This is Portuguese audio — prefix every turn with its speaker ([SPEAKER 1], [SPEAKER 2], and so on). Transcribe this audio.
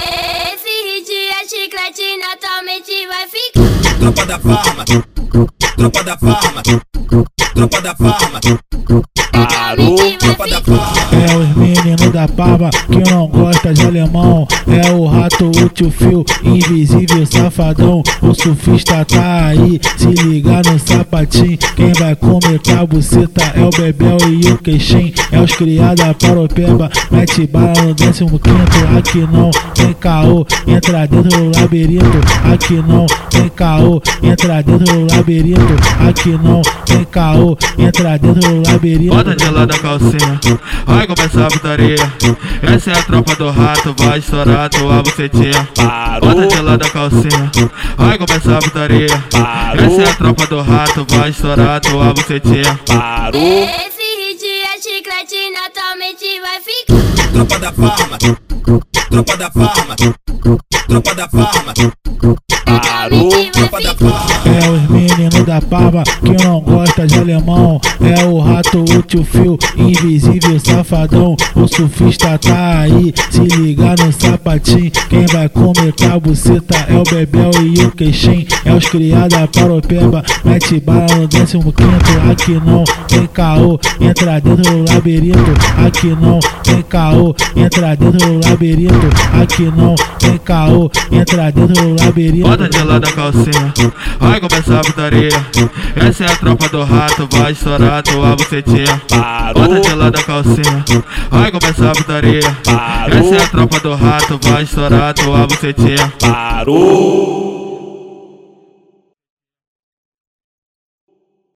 [SPEAKER 1] é
[SPEAKER 2] tropa da farma, tropa da farma, tropa da farma, tropa da farma.
[SPEAKER 3] É os meninos da pava que não gosta de alemão. É o rato, o tio fio, invisível safadão. O surfista tá aí, se ligar no sapatinho. Quem vai comer com a buceta é o Bebel e o Queixim. É os criados da paropeba, mete bala no décimo quinto. Aqui não tem caô, entra dentro do labirinto. Aqui não tem caô, entra dentro do labirinto. Aqui não tem caô, entra dentro do labirinto.
[SPEAKER 4] Bota de lado a calcinha, vai começar a putaria. Essa é a tropa do rato, vai estourar tua bucetinha. Bota de lado a calcinha, vai começar a putaria. Essa é a tropa do rato, vai estourar tua bucetinha.
[SPEAKER 1] Esse hit é chiclete, naturalmente vai ficar.
[SPEAKER 2] Tropa da farma, tropa da farma, tropa da farma,
[SPEAKER 1] Naturalmente
[SPEAKER 2] tropa
[SPEAKER 1] vai
[SPEAKER 2] da
[SPEAKER 1] ficar.
[SPEAKER 2] farma.
[SPEAKER 3] É os meninos da pava que não gosta de alemão. É o rato, o tio fio, invisível safadão. O surfista tá aí, se ligar no sapatinho. Quem vai comer com a buceta é o Bebel e o Queixim. É os criados da paropeba, mete bala no décimo quinto. Aqui não tem caô, entra dentro do labirinto. Aqui não tem caô, entra dentro do labirinto. Aqui não tem caô, entra dentro do labirinto.
[SPEAKER 4] Bota de lado a calcinha, vai começar a putaria. Essa é a tropa do rato, vai estourar tua bucetinha. Bota de lado a calcinha, vai começar a putaria. Essa é a tropa do rato, vai estourar tua bucetinha.
[SPEAKER 5] Parou!